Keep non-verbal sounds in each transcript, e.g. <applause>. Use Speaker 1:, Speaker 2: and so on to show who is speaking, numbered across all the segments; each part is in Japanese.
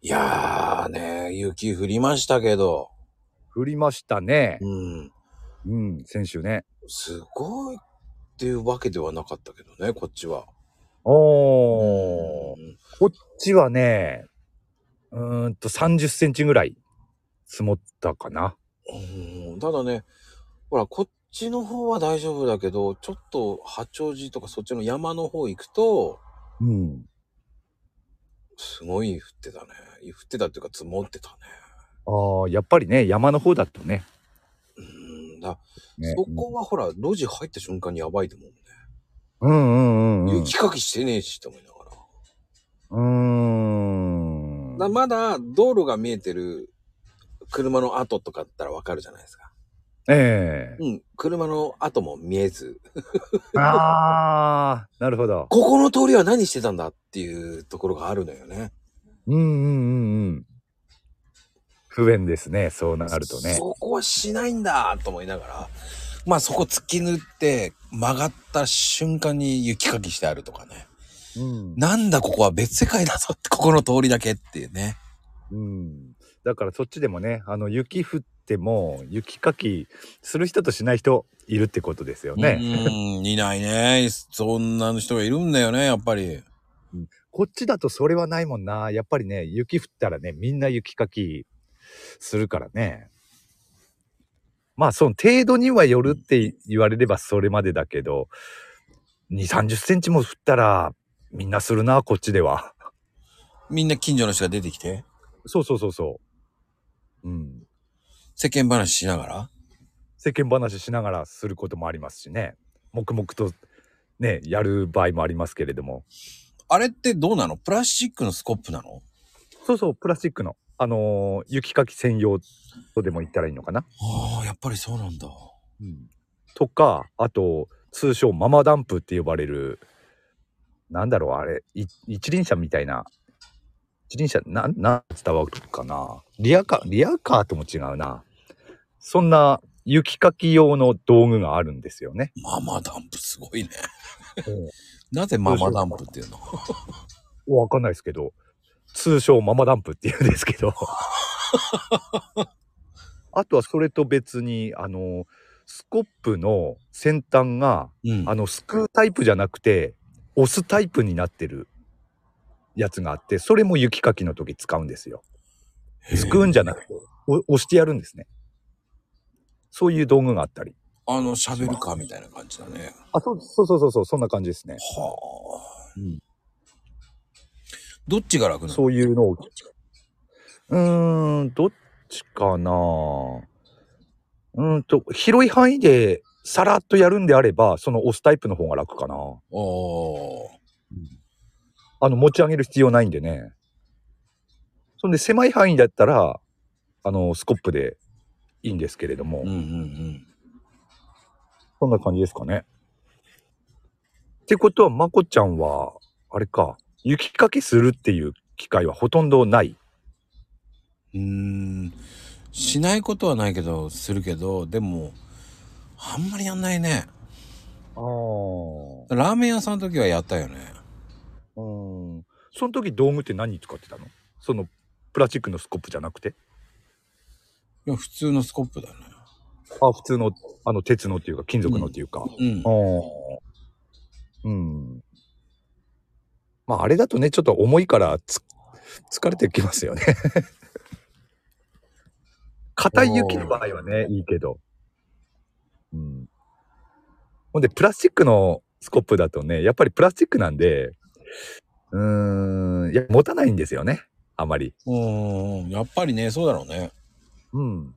Speaker 1: いやーね、雪降りましたけど。
Speaker 2: 降りましたね。
Speaker 1: うん。
Speaker 2: うん、先週ね。
Speaker 1: すごいっていうわけではなかったけどね、こっちは。
Speaker 2: おー。こ
Speaker 1: うん
Speaker 2: っちはね、うーんと30センチぐらい積もったかな。
Speaker 1: うんただね、ほら、こっちの方は大丈夫だけど、ちょっと八王子とかそっちの山の方行くと、
Speaker 2: うん。
Speaker 1: すごい降ってたね。降ってたっていうか積もってたね。
Speaker 2: ああ、やっぱりね、山の方だとね。
Speaker 1: うんだ、
Speaker 2: ね
Speaker 1: そこはほら、路地入った瞬間にやばいと思うね。
Speaker 2: うんうんうんうん。
Speaker 1: 雪かきしてねえしと思いながら。
Speaker 2: うーん。
Speaker 1: だまだ道路が見えてる車の跡とかだったらわかるじゃないですか。
Speaker 2: ええ
Speaker 1: うん、車の跡も見えず、
Speaker 2: ああ、なるほど。
Speaker 1: ここの通りは何してたんだっていうところがあるのよね。
Speaker 2: うんうんうんうん。不便ですね、そうなるとね。
Speaker 1: そこはしないんだと思いながら、まあそこ突き抜って曲がった瞬間に雪かきしてあるとかね。
Speaker 2: うん
Speaker 1: なんだここは別世界だぞって、ここの通りだけっていうね。
Speaker 2: うん、だからそっちでもねあの雪降っても雪かきする人としない人いるってことですよね、
Speaker 1: うん、いないね。そんな人がいるんだよね、やっぱり。
Speaker 2: こっちだとそれはないもんなやっぱりね雪降ったらねみんな雪かきするからねまあその程度にはよるって言われればそれまでだけど2 3 0センチも降ったらみんなするなこっちでは
Speaker 1: みんな近所の人が出てきて、
Speaker 2: そうそうそうそううん
Speaker 1: 世間話しながら。
Speaker 2: 世間話しながらすることもありますしね黙々とねやる場合もありますけれども
Speaker 1: あれってどうなのプラスチックのスコップなの
Speaker 2: そうそうプラスチックのあのー雪かき専用とでも言ったらいいのかな、
Speaker 1: ああ、やっぱりそうなんだ。
Speaker 2: とかあと通称ママダンプって呼ばれるなんだろうあれい一輪車みたいな一輪車なんなん伝わるかなリアカーリアカーとも違うなそんな雪かき用の道具があるんですよね。
Speaker 1: ママダンプすごいね。
Speaker 2: うん
Speaker 1: なぜママダンプっていうの
Speaker 2: わかんないですけど、通称ママダンプって言うんですけど。あとはそれと別に、あの、スコップの先端が、
Speaker 1: うん
Speaker 2: あの、すくうタイプじゃなくて、押すタイプになってるやつがあって、それも雪かきの時使うんですよ。すくうんじゃなくて、お押してやるんですね。そういう道具があったり。
Speaker 1: あの、シャベルカーみたいな感じだね。
Speaker 2: あ、そうそうそうそうそう、そんな感じですね。
Speaker 1: はあ、
Speaker 2: うん
Speaker 1: どっちが楽なの
Speaker 2: そういうのを。うーん、どっちかなうーんと、広い範囲でさらっとやるんであれば、その押すタイプの方が楽かな
Speaker 1: おー
Speaker 2: あの、持ち上げる必要ないんでね。そんで、狭い範囲だったら、あの、スコップでいいんですけれども、
Speaker 1: うんうんうん。
Speaker 2: そんな感じですかね。ってことは、まこちゃんは、あれか、雪かきするっていう機会はほとんどない。
Speaker 1: うーんしないことはないけどするけどでもあんまりやんないね
Speaker 2: ああ。
Speaker 1: ラーメン屋さんの時はやったよね
Speaker 2: うん。その時道具って何使ってたのそのプラスチックのスコップじゃなくて
Speaker 1: いや普通のスコップだね
Speaker 2: あ普通のあの鉄のっていうか金属のっていうか。
Speaker 1: うん
Speaker 2: あーうん。まああれだとねちょっと重いからつ疲れてきますよね。 <laughs> 硬い雪の場合はねいいけど。うん。ほんでプラスチックのスコップだとねやっぱりプラスチックなんでうーんいや持たないんですよねあまり。
Speaker 1: うんやっぱりねそうだろうね
Speaker 2: うん。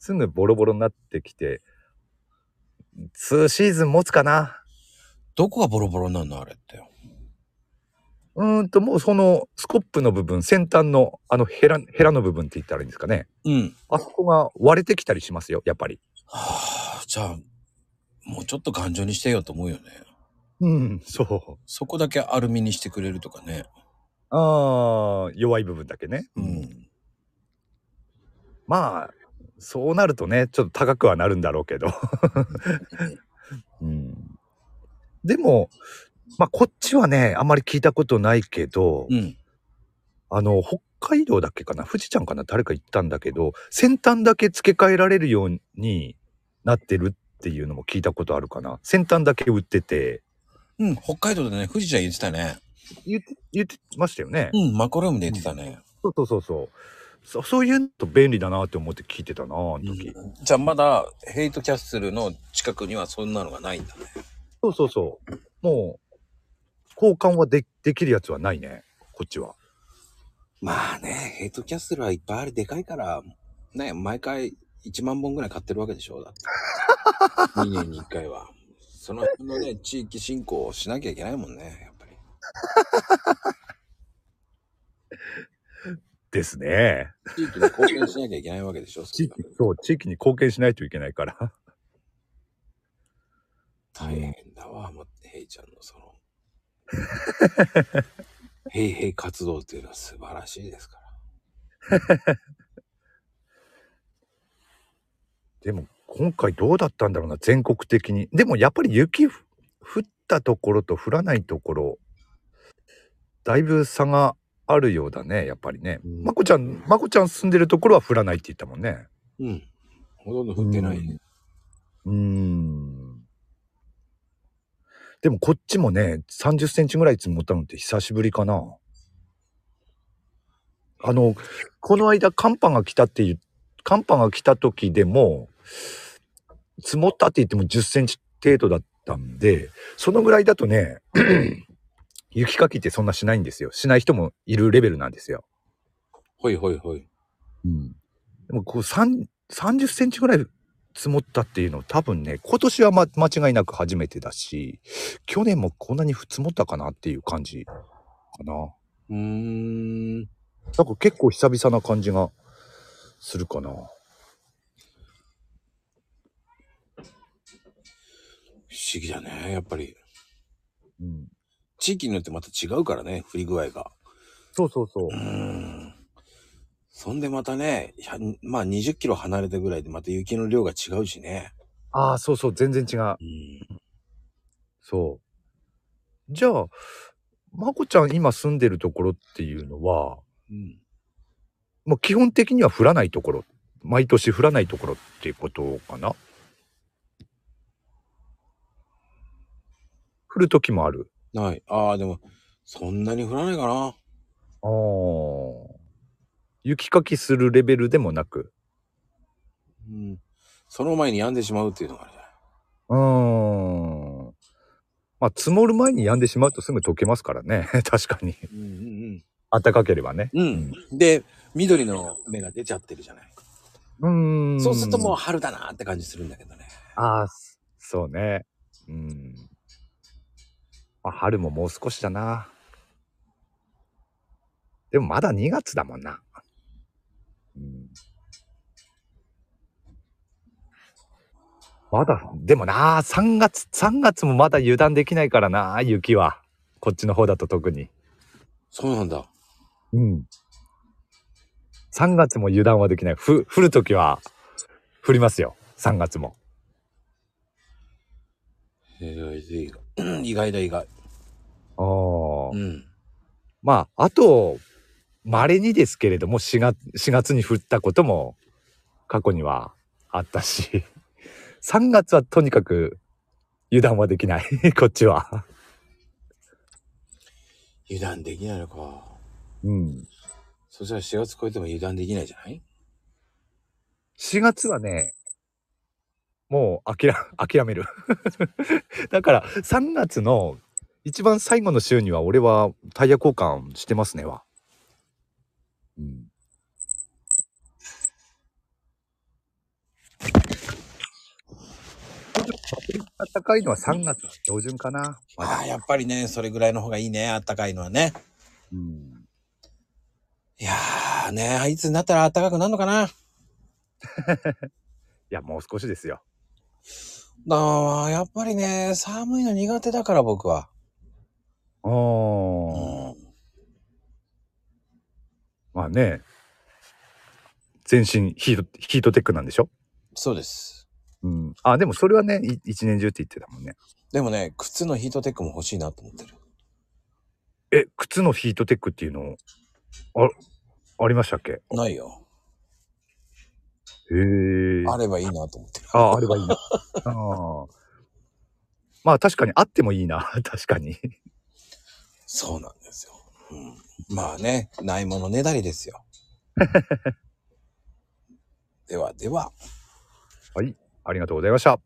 Speaker 2: すぐボロボロになってきて、2シーズン持つかな。
Speaker 1: どこがボロボロになるのあれって
Speaker 2: うーんと、もうそのスコップの部分、先端のあのヘラ、ヘラの部分って言ったらいいんですかね。
Speaker 1: うん
Speaker 2: あそこが割れてきたりしますよ、やっぱり。
Speaker 1: はあじゃあもうちょっと頑丈にしてよと思うよね
Speaker 2: うん、そう。
Speaker 1: そこだけアルミにしてくれるとかね
Speaker 2: ああ、弱い部分だけね。
Speaker 1: うん
Speaker 2: まあ、そうなるとね、ちょっと高くはなるんだろうけど。 <laughs> うん。でも、まあこっちはね、あまり聞いたことないけど、
Speaker 1: うん
Speaker 2: あの、北海道だっけかな富士山かな誰か行ったんだけど先端だけ付け替えられるようになってるっていうのも聞いたことあるかな先端だけ売ってて
Speaker 1: うん、北海道でね、富士山言ってたね。
Speaker 2: 言って言ってましたよね、
Speaker 1: うん、マコルームで言ってたね。
Speaker 2: そうそうそうそうそそういうのと便利だなって思って聞いてたなあの時、
Speaker 1: じゃあまだヘイトキャッスルの近くにはそんなのがないんだね。
Speaker 2: そうそうそうもう交換はでできるやつはないねこっちは
Speaker 1: まあね、ヘイトキャッスルはいっぱいあれでかいから、ね、毎回1万本ぐらい買ってるわけでしょ <laughs> だって。2年に1回は。その辺のね、地域振興をしなきゃいけないもんね、やっぱり。
Speaker 2: ですね
Speaker 1: 地域に貢献しなきゃいけないわけでしょ
Speaker 2: 地域そう地域に貢献しないといけないから
Speaker 1: 大変だわ、もう、ヘイちゃんのそ
Speaker 2: <laughs>
Speaker 1: の。ヘイヘイ活動っていうのは素晴らしいですから。
Speaker 2: でも今回どうだったんだろうな全国的にでもやっぱり雪ふ降ったところと降らないところだいぶ差があるようだねやっぱりね
Speaker 1: うん
Speaker 2: まこちゃんまこちゃん住んでるところは降らないって言ったもんね
Speaker 1: うん。ほとんど降ってないね。
Speaker 2: うーんでもこっちもね3 0センチぐらい積もったのって久しぶりかなあのこの間寒波が来たっていう寒波が来た時でも積もったって言っても1 0センチ程度だったんでそのぐらいだとね <clears throat> 雪かきってそんなしないんですよしない人もいるレベルなんですよ、
Speaker 1: ほいほいほい。
Speaker 2: うん、でもこう3 0センチぐらい積もったっていうの多分ね今年は、ま、間違いなく初めてだし去年もこんなに積もったかなっていう感じかな
Speaker 1: うーん。
Speaker 2: なんか結構久々な感じがするかな
Speaker 1: 不思議だね、やっぱり。
Speaker 2: うん
Speaker 1: 地域によってまた違うからね、降り具合が。
Speaker 2: そうそうそう
Speaker 1: うーん。そんでまたね、ひゃまあ20キロ離れたぐらいでまた雪の量が違うしね。
Speaker 2: ああそうそう全然違う
Speaker 1: うん。
Speaker 2: そうじゃあまこちゃん今住んでるところっていうのは
Speaker 1: うん、
Speaker 2: もう基本的には降らないところ毎年降らないところっていうことかな降る時もある
Speaker 1: ない。ああ、でも、そんなに降らないかな。
Speaker 2: ああ雪かきするレベルでもなく
Speaker 1: うん。その前に病んでしまうっていうのがあるじゃないう
Speaker 2: ーんまあ積もる前に止んでしまうとすぐ溶けますからね <laughs> 確かに
Speaker 1: うんうん
Speaker 2: 暖かければね
Speaker 1: うん。うん。で、緑の芽が出ちゃってるじゃない。
Speaker 2: うーん
Speaker 1: そうするともう春だなって感じするんだけどね。
Speaker 2: ああ、すそうね。うん。まあ、春ももう少しだな。でもまだ2月だもんな。うん。まだ、でもな、3月、3月もまだ油断できないからな、雪は。こっちの方だと特に。
Speaker 1: そうなんだ。
Speaker 2: うん。3月も油断はできない。ふ降るときは降りますよ。3月も。
Speaker 1: 意外で意外。意外だ意外。
Speaker 2: ああ。
Speaker 1: うん。
Speaker 2: まあ、あと、稀にですけれども、4月、4月に降ったことも過去にはあったし、3月はとにかく油断はできない、 <laughs> こっちは。
Speaker 1: 油断できないのか。
Speaker 2: うん。
Speaker 1: そしたら4月超えても油断できないじゃない
Speaker 2: 4月はね、もう諦 <laughs> 諦める。だから、3月の一番最後の週には俺はタイヤ交換してますねは。うん。暖かいのは3月の上旬かな。
Speaker 1: ああ、やっぱりね、それぐらいの方がいいね、あったかいのはね。
Speaker 2: うん。
Speaker 1: いやーね、いつになったらあったかくなるのかな。
Speaker 2: いや、もう少しですよ。
Speaker 1: あーやっぱりね、寒いの苦手だから僕は。
Speaker 2: あ
Speaker 1: う
Speaker 2: ー。まあね、全身ヒート、ヒートテックなんでしょ
Speaker 1: そうです。
Speaker 2: うん、あでもそれはねい一年中って言ってたもんね
Speaker 1: でもね、靴のヒートテックも欲しいなと思ってる。
Speaker 2: え靴のヒートテックっていうのをあありましたっけ
Speaker 1: ないよ。
Speaker 2: へえ。
Speaker 1: あればいいなと思ってる。
Speaker 2: ああ、あればいいな。あーまあ確かにあってもいいな。 <laughs> 確かに。
Speaker 1: そうなんですよ。うん、まあね、ないものねだりです
Speaker 2: <laughs>
Speaker 1: よ。ではでは。
Speaker 2: ありがとうございました。